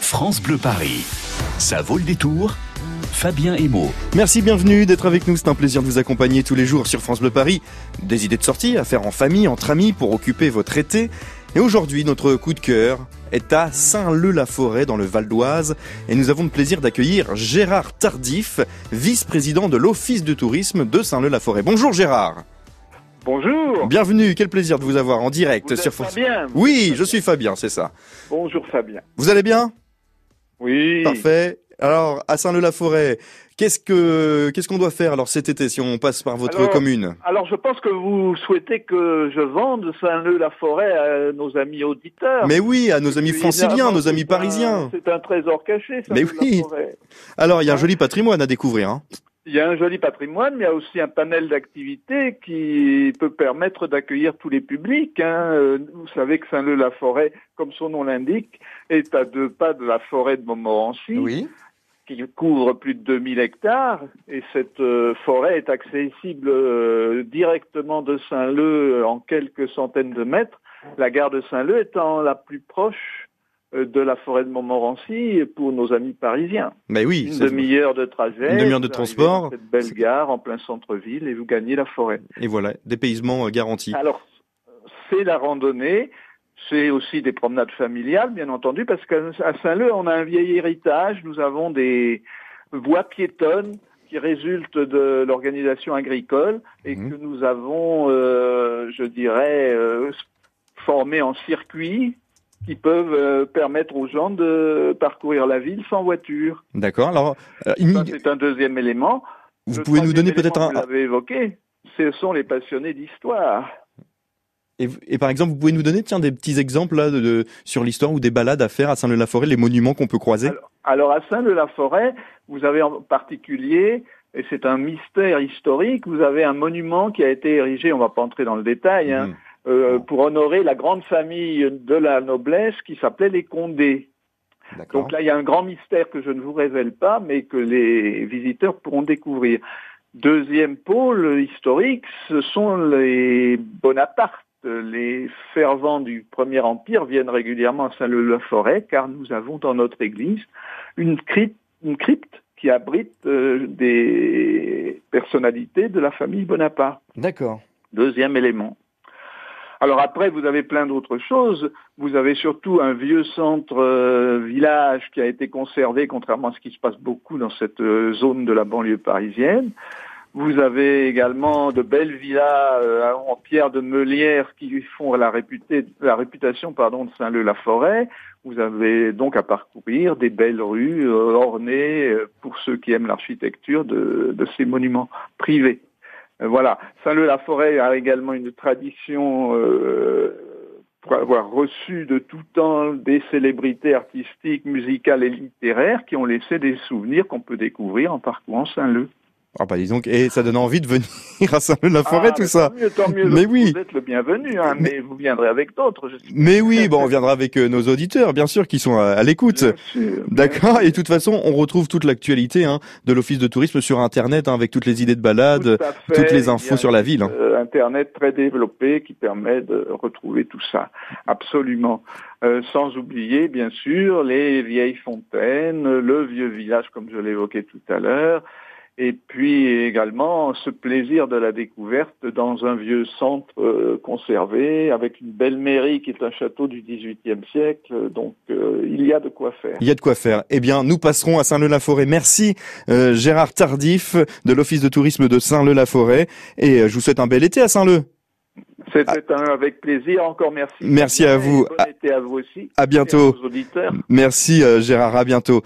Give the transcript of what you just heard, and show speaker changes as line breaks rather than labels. France Bleu Paris. Ça vaut le détour. Fabien Emo.
Merci, bienvenue d'être avec nous. C'est un plaisir de vous accompagner tous les jours sur France Bleu Paris. Des idées de sortie à faire en famille, entre amis, pour occuper votre été. Et aujourd'hui, notre coup de cœur est à Saint-Leu-la-Forêt, dans le Val d'Oise. Et nous avons le plaisir d'accueillir Gérard Tardif, vice-président de l'Office de tourisme de Saint-Leu-la-Forêt. Bonjour Gérard.
Bonjour.
Bienvenue, quel plaisir de vous avoir en direct
Vous
sur
êtes
France.
Fabien.
Oui, je suis Fabien, c'est ça.
Bonjour Fabien.
Vous allez bien
Oui.
Parfait. Alors, à Saint-Leu-la-Forêt, qu'est-ce que qu'est-ce qu'on doit faire alors cet été si on passe par votre
Alors,
commune
Alors je pense que vous souhaitez que je vende Saint-Leu-la-Forêt à nos amis auditeurs.
Mais oui, à nos amis
Puis,
franciliens,
évidemment,
nos amis
c'est un-
parisiens.
C'est un trésor caché,
Mais oui.
Saint-Leu-la-Forêt.
Alors, il y a un joli patrimoine à découvrir. hein.
Il y a un joli patrimoine, mais il y a aussi un panel d'activités qui peut permettre d'accueillir tous les publics. hein. Euh, Vous savez que Saint-Leu-la-Forêt, comme son nom l'indique, est à deux pas de la forêt de Montmorency. qui couvre plus de 2000 hectares et cette euh, forêt est accessible euh, directement de Saint-Leu euh, en quelques centaines de mètres, la gare de Saint-Leu étant la plus proche euh, de la forêt de Montmorency pour nos amis parisiens.
Mais oui.
Une
ça-
demi-heure de trajet,
Une demi-heure de
vous arrivez
transport.
dans cette belle gare en plein centre-ville et vous gagnez la forêt.
Et voilà, dépaysement euh, garanti.
Alors, c'est la randonnée, c'est aussi des promenades familiales, bien entendu, parce qu'à à Saint-Leu, on a un vieil héritage, nous avons des voies piétonnes qui résultent de l'organisation agricole et
Mhm.
que nous avons, euh, je dirais, euh, formées en circuit qui peuvent euh, permettre aux gens de parcourir la ville sans voiture.
D'accord. Alors, euh, une
Ça,
idée-
c'est un deuxième élément.
vous
Le
pouvez nous donner
troisième
peut-être
élément
un.
que Vous l'avez évoqué, ce sont les passionnés d'histoire.
Et, et par exemple, vous pouvez nous donner tiens des petits exemples là, de, de- sur l'histoire ou des balades à faire à Saint-Leu-la-Forêt, les monuments qu'on peut croiser.
Alors à Saint-Leu-la-Forêt, vous avez en particulier, et c'est un mystère historique, vous avez un monument qui a été érigé, on ne va pas entrer dans le détail, hein,
Mhm.
euh, pour honorer la grande famille de la noblesse qui s'appelait les Condés.
D'accord.
Donc là, il y a un grand mystère que je ne vous révèle pas, mais que les visiteurs pourront découvrir. Deuxième pôle historique, ce sont les Bonaparte. Les fervents du Premier Empire viennent régulièrement à Saint-Leu-la-Forêt, car nous avons dans notre église une crypte, une crypte qui abrite euh, des personnalités de la famille Bonaparte.
D'accord.
Deuxième élément. Alors après, vous avez plein d'autres choses. Vous avez surtout un vieux centre euh, village qui a été conservé, contrairement à ce qui se passe beaucoup dans cette euh, zone de la banlieue parisienne. Vous avez également de belles villas euh, en pierre de meulière qui font la, réputé- la réputation pardon, de Saint-Leu-la-Forêt. Vous avez donc à parcourir des belles rues euh, ornées, euh, pour ceux qui aiment l'architecture, de- de ces monuments privés. Euh, Voilà. Saint-Leu-la-Forêt a également une tradition euh, pour avoir reçu de tout temps des célébrités artistiques, musicales et littéraires qui ont laissé des souvenirs qu'on peut découvrir en parcourant Saint-Leu.
Ah bah dis donc, et ça donne envie de venir à Saint-Leu-la-Forêt
Ah,
tout
bah,
ça.
Tant mieux, tant mieux.
Mais
vous
oui.
êtes le bienvenu, hein, mais... vous viendrez avec d'autres. je suis
Mais oui, bon, on viendra avec euh, nos auditeurs, bien sûr, qui sont à, à l'écoute.
bien sûr.
D'accord. Et de toute façon, on retrouve toute l'actualité hein, de l'Office de tourisme sur Internet, hein, avec toutes les idées de balades,
Tout à fait.
toutes
Il
les
y a
infos sur la ville. hein.
euh, Internet très développé qui permet de retrouver tout ça. Absolument. Euh, sans oublier, bien sûr, les vieilles fontaines, le vieux village, comme je l'évoquais tout à l'heure, et puis également ce plaisir de la découverte dans un vieux centre euh, conservé, avec une belle mairie qui est un château du XVIIIe siècle. Donc, euh, il y a de quoi faire.
Il y a de quoi faire. Eh bien, nous passerons à Saint-Leu-la-Forêt. Merci euh, Gérard Tardif de l'Office de tourisme de Saint-Leu-la-Forêt. Et euh, je vous souhaite un bel été à Saint-Leu.
C'était un avec plaisir. Encore merci.
Ah. Merci à vous.
Et Bon
À-
été à vous aussi.
À
et
bientôt.
aux auditeurs.
Merci euh, Gérard, à bientôt.